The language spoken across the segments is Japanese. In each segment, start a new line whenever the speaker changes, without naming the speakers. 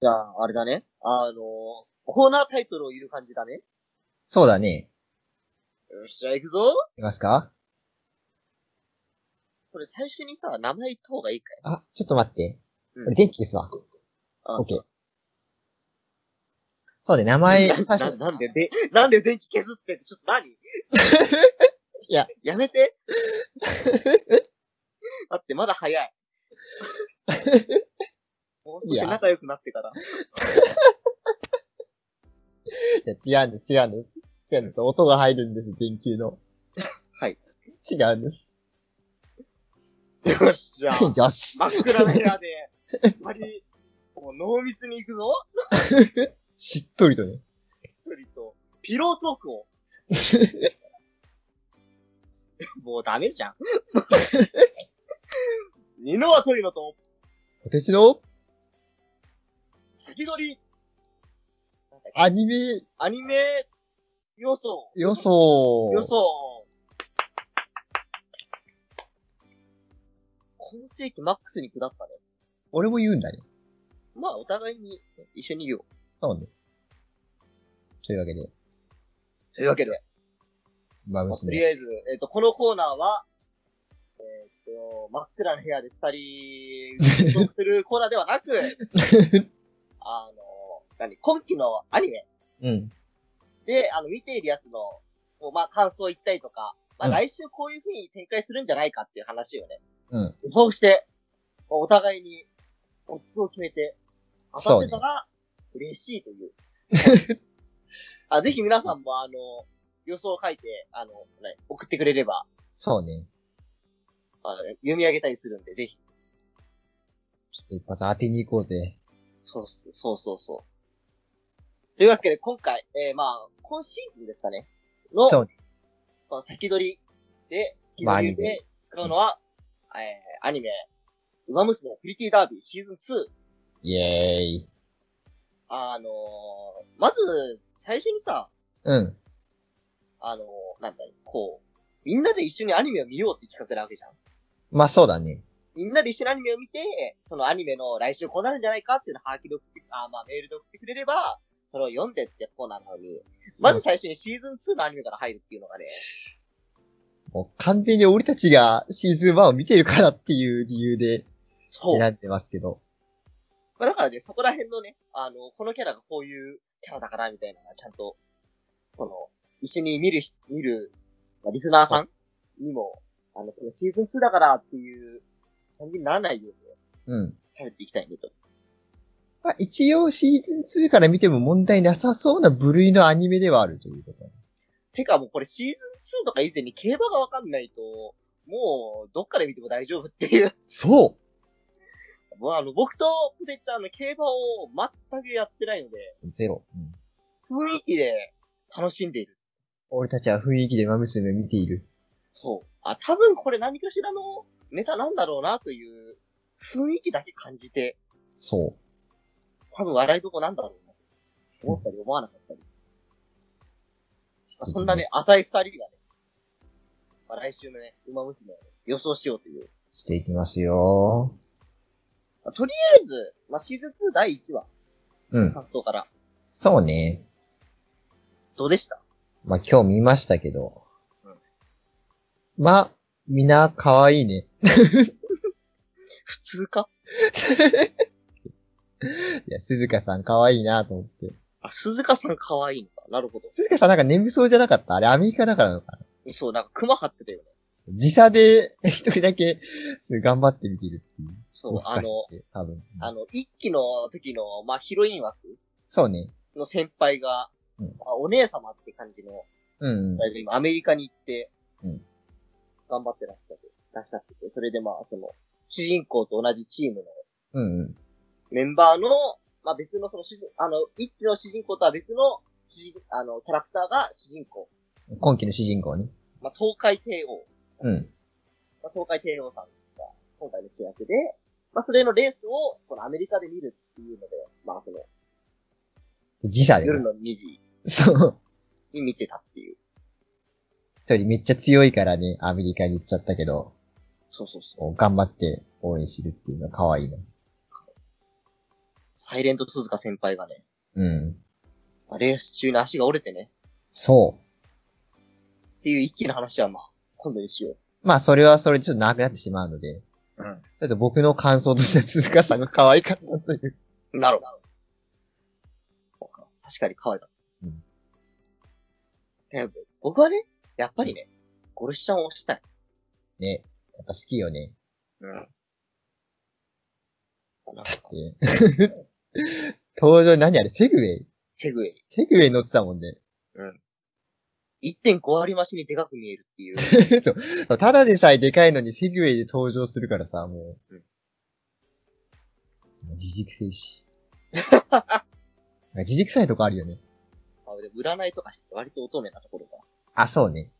じゃあ、あれだね。あの、コーナータイトルを言う感じだね。
そうだね。
よっしゃ、行くぞ
いきますか
これ最初にさ、名前言った方がいいかい
あ、ちょっと待って。
うん
これ電気ですわ。
あ
オッケー。そうね、名前、最
な
初、
なんで、で、なんで電気削ってんのちょっと何い
や、
やめて。だって、まだ早い。もう少し仲良くなってから。
いや違うんです、違うんです。違うんです。音が入るんです、電球の。
はい。
違うんです。
よっしゃ。
よし。
真っ暗な部屋で、マジ、もう濃密に行くぞ
しっとりとね。
一人と、ピロートーク を。もうダメじゃん。二のは鳥のと、
今年の
先取り、
アニメ
アニメ、予想。
予想。
予想。今世紀マックスに下ったね。
俺も言うんだね。
まあ、お互いに一緒に言おう。
そうね。というわけで、
というわけで、
馬
と
娘。
りあえず、えっ、と、このコーナーは、えっ、と、真っ暗な部屋で二人、トークするコーナーではな く、あの、何、今期のアニメ
うん。
で、あの、見ているやつの、こうまあ、感想言ったりとか、まあ、
うん
来週こういう風に展開するんじゃないかっていう話をね、
うん。
そうして、お互いに、オッズを決めて、当たってたら、嬉しいという。 あぜひ皆さんも、あの、予想を書いて、あの、ね送ってくれれば、
そうね。
あの読み上げたりするんで、ぜひ。
ちょっと一発当てに行こうぜ。
そうっす、そうそうそう。というわけで、今回、えー、まあ、今シーズンですかね。の、
そう
まあ先取りで、
まあ
先取り
アニ
で使うのは、えー、アニメ、ウマ娘プリティダービーシーズン2。
イエーイ。
あのー、まず、最初にさ、
うん。
あのー、なんだい、こう、みんなで一緒にアニメを見ようって企画なわけじゃん。
まあそうだね。
みんなで一緒にアニメを見て、そのアニメの来週こうなるんじゃないかっていうのを把握で送って、あーまあメールで送ってくれれば、それを読んでってコーナーなのに、まず最初にシーズン2のアニメから入るっていうのがね、
もう完全に俺たちがシーズン1を見てるからっていう理由で
そう。ま
選んでますけど。
あ、だからね、そこら辺のね、あの、このキャラがこういうキャラだからみたいなのがちゃんと、この、一緒に見る人、見る、まあ、リスナーさんにも、あの、このシーズン2だからっていう感じにならないよう
うん。
に喋っていきたいねと。
まあ一応シーズン2から見ても問題なさそうな部類のアニメではあるということ。
てかもうこれシーズン2とか以前に競馬がわかんないと、もうどっから見ても大丈夫っていう。
そ
もうあの、僕とプテちゃんの競馬を全くやってないので、
うゼロ、うん。
雰囲気で楽しんでいる。
俺たちは雰囲気で馬娘を見ている。
そう。あ、多分これ何かしらのネタなんだろうなという雰囲気だけ感じて、
そ
多分笑いどこなんだろうな。思ったり思わなかったり。そんなね、浅い二人がね、まあ、来週のね、馬娘をね、予想しようという。
う。していきますよ。
まあとりあえず、まあ、シーズン2第1話、
うん。
感想から。
そうね。
どうでした
まあ今日見ましたけど
うん。
まあ、みんな可愛いね。
普通か
いや、鈴鹿さん可愛いなと思って。
あ、鈴鹿さん可愛いのか。なるほど。
鈴鹿さんなんか眠そうじゃなかったあれアメリカだからなのかな
そう、なんか熊張ってたよね。
時差で 一人だけすごい頑張って見てるっていう。
そう、あの
動か、して多分。
あの、一期の時の、まあ、ヒロイン枠
そうね。
の先輩が、
うん
まあ、お姉様って感じの、
うんうん。
今アメリカに行って、
うん
頑張ってらっしゃって、らっしゃってて、それでまあ、その、主人公と同じチームの
うんうん。
メンバーの、まあ、別のその主人、あの、一期の主人公とは別の、主人、あの、キャラクターが主人公。
今期の主人公ね。
まあ、東海帝王。
うん。
まあ、東海帝王さんが今回の主役で、まあ、それのレースを、このアメリカで見るっていうので、まあ、その、
時差でね、
夜の2時
そう。
に見てたっていう。
一人めっちゃ強いからね、アメリカに行っちゃったけど、
そうそうそ
こう頑張って応援するっていうのは可愛いな。
サイレント鈴鹿先輩がね、
うん。
まあレース中に足が折れてね、
そ
っていう一気の話はまあ、今度にしよう。
う。まあ、それはそれでちょっと長くなってしまうので。
うん。
だって僕の感想としては鈴鹿さんが可愛かったという。
なるほど。そうか確かに可愛かった。
うん
で僕はね、やっぱりね、ゴルシちゃんを推したい。
ね。やっぱ好きよね。
うん。なんか
だって。 登場、何あれセグウェイ
セグウェイ。
セグウェイ乗ってたもんね。
1.5割増しにでかく見えるっていう。
そうただでさえでかいのにセグウェイで登場するからさ、もう。自軸性し。 自軸さいとこあるよね。
まあでも占いとかして割と乙女なところ
あ、そうね。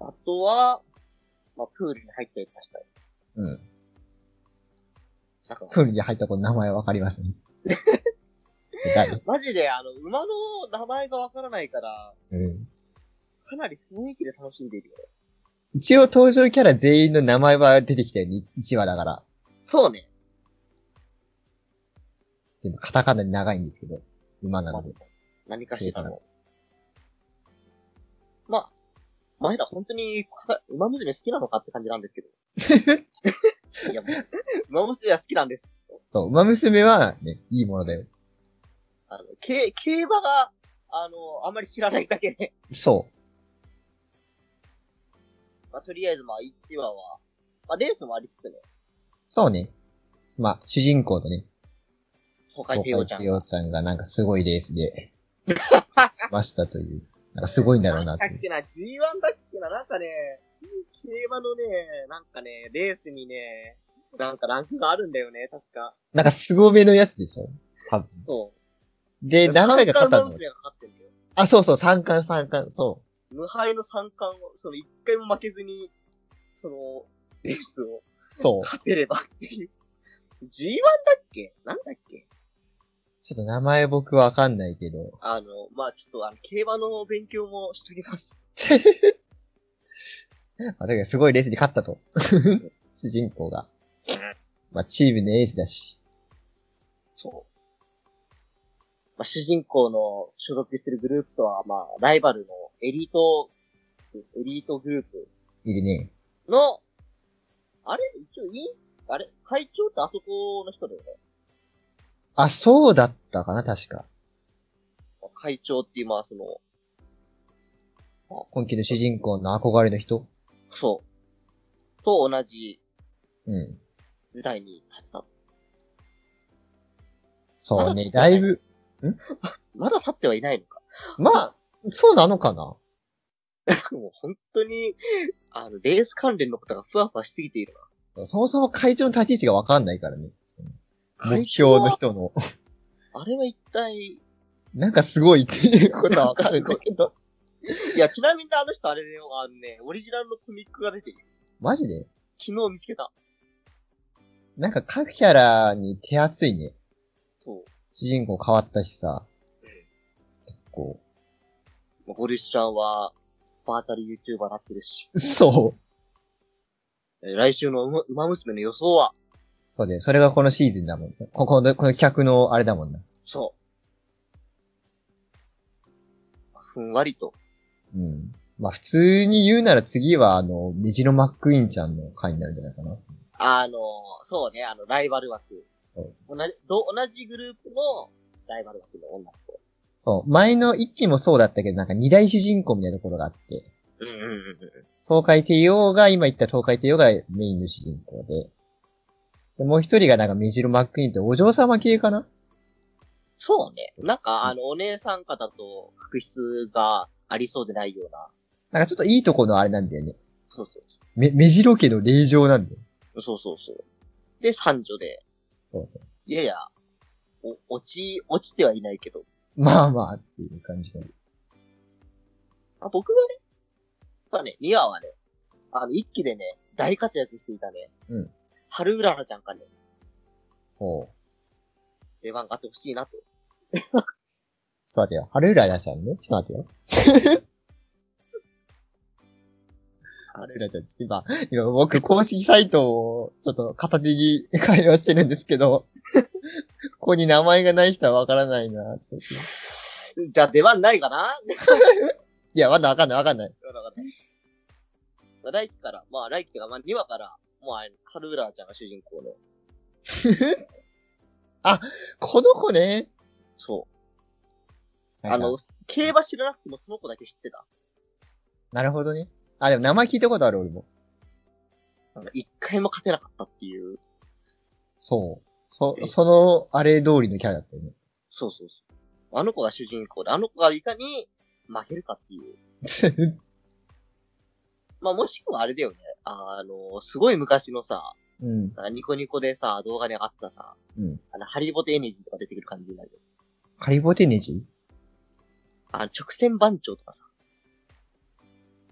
が。あとは、まあ、プールに入ったりとかしたり。
うん。
なんか、
プールに入った子の名前わかりますね。 でかい。
マジで、あの、馬の名前がわからないから、
うん。
かなり雰囲気で楽しんでいるよ。
一応登場キャラ全員の名前は出てきたよね。1話だから。
そうね。
全部カタカナで長いんですけど。馬なので。
何かしらの。まあ、前田本当に、か馬娘好きなのかって感じなんです けど。いや、もう馬娘は好きなんです。
そう、馬娘はね、いいものだよ。
あの、競、競馬が、あの、あんまり知らないだけで。
そ
まあ、とりあえず、まあ、1話は、まあ、レースもありつつね、
う。そうね。まあ、主人公とね、
東海帝王ちゃん
東海帝
が
王。ちゃんがなんかすごいレースで、ましたという。なんかすごいんだろう
な
なっ。
んだってけな、G1 だっけな、なんかね、競馬のね、なんかね、レースにね、なんかランクがあるんだよね、確か。
なんか凄めのやつでしょ多分。
そう。
で、何回か勝
三
った
冠馬
の
娘が勝ってんだよ。
あ、そうそう、三冠三冠、そ
無敗の三冠を、その一回も負けずに、その、レースを
う。そう。
勝てればっていう。G1 だっけなんだっけ
ちょっと名前僕わかんないけど。
あの、まあちょっとあの、競馬の勉強もしときます。
まあ、だけどすごいレースに勝ったと。主人公が。まあ、チームのエースだし。
そう。まあ、主人公の所属してるグループとは、まあ、ライバルのエリート、エリートグループ
いるね。
の、あれ一応いいあれ会長ってあそこの人だよね。
あ、そうだったかな、確か。
まあ会長っていう、まあその、
今期の主人公の憧れの人
そう。と同じ
うん。
舞台に立てた。
そうね、だいぶ。
まだ立ってはいないのか。
まあ、そうなのかな
もう本当に、あの、レース関連のことがふわふわしすぎているな。
そもそも会長の立ち位置がわかんないからね。目
会
標
長
の
は
人の、
あれは一体、
なんかすごいっていうことはわかるんだけど。
いや、ちなみにあの人あれだよ、あのね、オリジナルのコミックが出てる。
マジで
昨日見つけた。
なんか各キャラに手厚いね。
そう。
主人公変わったしさ。結構。
まあゴルシュちゃんは、バータル YouTuber になってるし。
そう。
えー来週の馬馬娘の予想は、
そうで、それがこのシーズンだもん。ここの、この企画のあれだもんな。
そう。ふんわりと。
うん。まあ普通に言うなら次はあの、メジロマックイーンちゃんの回になるんじゃないかな。
あのー、そうね、あの、ライバル枠。
うん
同じ、ど同じグループの、ライバル枠の女の子。
そう。前の一期もそうだったけど、なんか二大主人公みたいなところがあって。
うんうんうんうん。
東海帝王が、今言った東海帝王がメインの主人公で。でもう一人がなんかメジロマックイーンってお嬢様系かな
そうね。なんか、あの、お姉さん方と確執がありそうでないような。
なんかちょっといいとこのあれなんだよね。
そうそうそ
め、メジロ家の霊場なんだよ。
う。そうそうそう。で、三女で。
そう
いやいや、お、落ち、落ちてはいないけど。
まあまあっていう感じの。
あ僕はね、まあね、ミアはね、あの、一期でね、大活躍していたね。
うん。
春うららちゃんがね、
ほう。
出番があってほしいなと。
ちょっと待て よ。春浦らちゃんね。ちょっと待てよ。
あれ
クラちゃん、ちょっと今、今僕公式サイトをちょっと片手に会話してるんですけど、 ここに名前がない人はわからないな。ちょっとい
じゃあ出番ないかな
や、まだわかんないわかんない。
わかんないまあ来期から、まあ来期が、まあ2話から、もうあれ、ハルウラーちゃんが主人公の。
この子ね。
そう。あの、、競馬知らなくてもその子だけ知ってた。
なるほどね。あ、でも名前聞いたことある俺も。
あの一回も勝てなかったっていう。
そう。そ、その、あれ通りのキャラだったよね。
そうそうそう。あの子が主人公で、あの子がいかに負けるかっていう。まあもしくはあれだよね。あの、すごい昔のさ、
うん。
ニコニコでさ、動画に上がったさ、
うん
あの、ハリボテエネジーとか出てくる感じになるよ。
ハリボテネジ
あの、直線番長とかさ。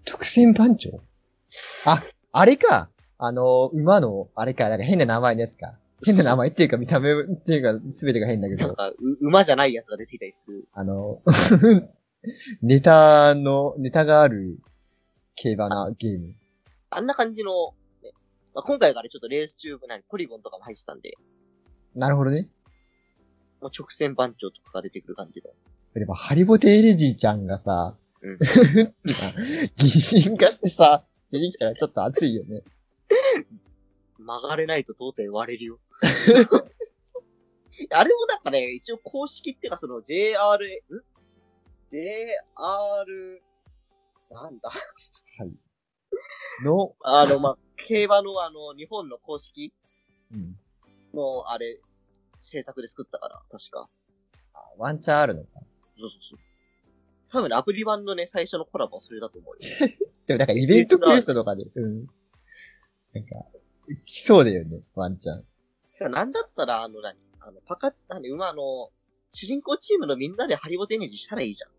特選番長あ、あれか。あの、馬の、あれか、なんか変な名前のやつか。変な名前っていうか見た目っていうか全てが変だけ
なん
ど、
か、う馬じゃないやつが出てきたりする。
あの、 ネタの、ネタがある競馬なゲーム。
あんな感じの、ね。まあ、今回からちょっとレース中、何、ポリゴンとかも入ってたんで、
なるほどね。
もう直線番長とかが出てくる感じの。
やっぱハリボテエレジーちゃんがさ、
うん
擬人化してさ、出てきたらちょっと熱いよね。
曲がれないと到底割れる よ。あれもなんかね、一応公式っていうかその JR、ん ?JR、なんだ
の、
あの、まあ、競馬のあの、日本の公式
うん、
のあれ、制作で作ったから、確か。
あワンチャンあるのか。
そうそうそう。多分ね、アプリ版のね、最初のコラボはそれだと思うよ。
でもなんかイベントクエストとかで、うん。なんか、来そうだよね、ワンチャン。
てかなんだったら、あの何、あの、パカッ、何、馬の、主人公チームのみんなでハリボテエネジーしたらいいじゃん。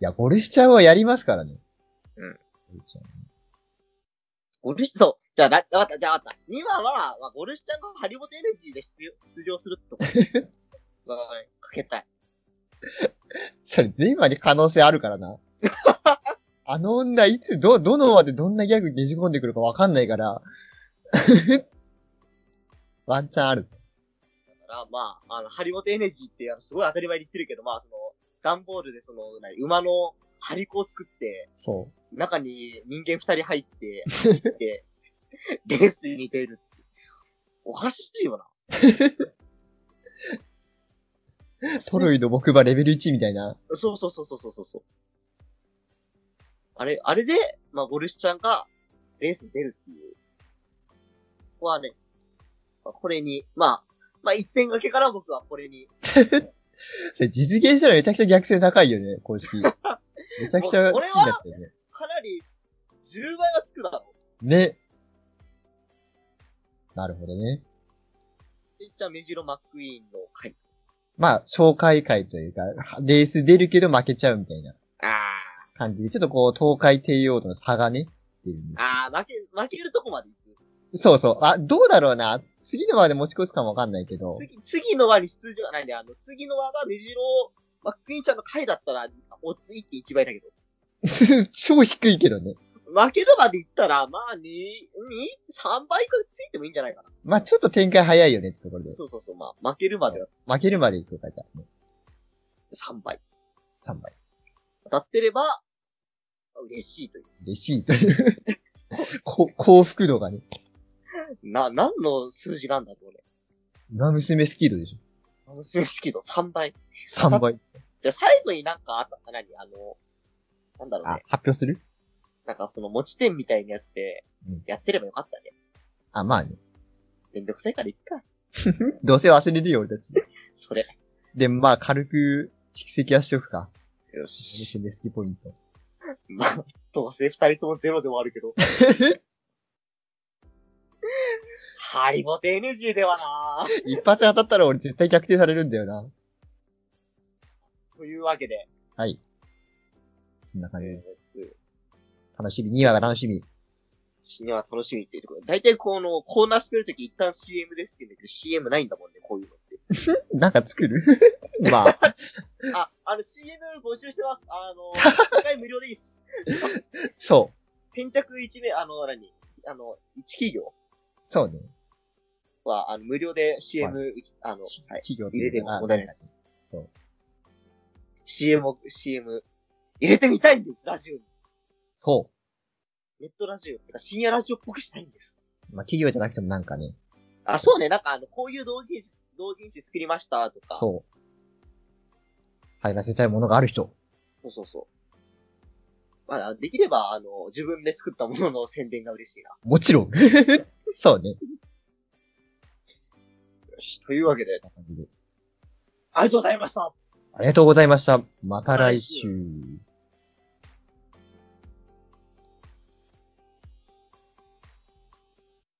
いや、ゴルフちゃんはやりますからね。
うん
ゴルフちゃん。
ゴルシ、そう。じゃあ、な、わかった、じゃあわかった。2話は、まあ、ゴルシちゃんがハリボテエネジーで出出場するってこと。 まあ、かけたい。
それ全話に可能性あるか らな。あの女、いつ、ど、どの話でどんなギャグねじ込んでくるかわかんないから。ワンチャンある。
だから、まあ、あの、ハリボテエネジーって、あの、すごい当たり前に言ってるけど、まあ、その、段ボールでその、何、馬のハリコを作って、
そ
中に人間二人入って、走って、レースに出るって。おかしいよな。
う。トロイの木馬レベル1みたいな。
そうそうそうそうそうそうそう。あれ、あれで、まあ、ゴルシちゃんがレースに出るっていう。ここはね、まあ、これに、まあ、まあ、一点掛けから僕はこれに、
それ実現したらめちゃくちゃ逆性高いよね、公式。めちゃくちゃ好きだったよね。
かなり10倍はつくだろう。
ね。なるほどね。
でいっちゃん、メジロマックイーンの回。
まあ、紹介会というか、レース出るけど負けちゃうみたいな
あ
感じで、ちょっとこう、東海帝王との差がね、っていう。
あ。ああ、負け、負けるとこまで行
そうそう。あ、どうだろうな。次のまで持ち越すかもわかんないけど
く。。次、次の輪に出場はないんで、あの、次の輪がメジロマックイーンちゃんの回だったら、おついって1倍だけど。
超低いけどね。
負けるまでいったら、まあ、2、2、3倍くらいついてもいいんじゃないかな。
まあ、ちょっと展開早いよねってところで。
そうそうそう、まあ、負けるまでは
負けるまでいくか、じゃあ、ね。
3倍。
3倍。
当たってれば、嬉しいという。
嬉しいという。こ幸福度がね。
な、何の数字なんだろうね。
馬娘スキードでし
娘好きの3倍。
ょ。3倍。
じゃあ最後になんかあった、何あの、なんだろう
あ
ね。、
発表する
なんかその持ち点みたいなやつで
うん、
やってればよかったね。
あ、まあね。
めんどくさいからいっか。
どうせ忘れるよ、俺たち。
それ。
で、まあ、軽く蓄積はしとくか。
よ
馬
し。
娘スキポイント。
まあ、どうせ二人ともゼロで終わるけど。ハリボテ NG ではなぁ。
一発当たったら俺絶対逆転されるんだよな。
というわけで。
はい。そんな感じです。
えー
楽しみ。2話が楽しみ。
死には楽しみっていうところ。大体このコーナーしてるとき一旦 CM ですって言うんだけど CM ないんだもんね、こういうのって。
なんか 作るまあ、
あ、あの CM 募集してます。あの、一回無料でいいっす。
そう。
先着一名、あの、何あの、一企業
そうね。
は、あの、無料で CM、うちあの、はい。
企業
入れても問題ないで
あ
す。CM を、CM、入れてみたいんです、ラジオに。
そ
ネットラジオ。てか深夜ラジオっぽくしたいんです。
う。まあ、企業じゃなくてもなんかね、
あ、そうね。なんか、あの、こういう同人誌、同人誌作りました、とか。
そう。入らせたいものがある人。
そうそうそう。まあ、できれば、あの、自分で作ったものの宣伝が嬉しいな。
もちろ ん。そうね。
よし。というわけで、
そんな感じで。
ありがとうございました
ありがとうございました。また来週。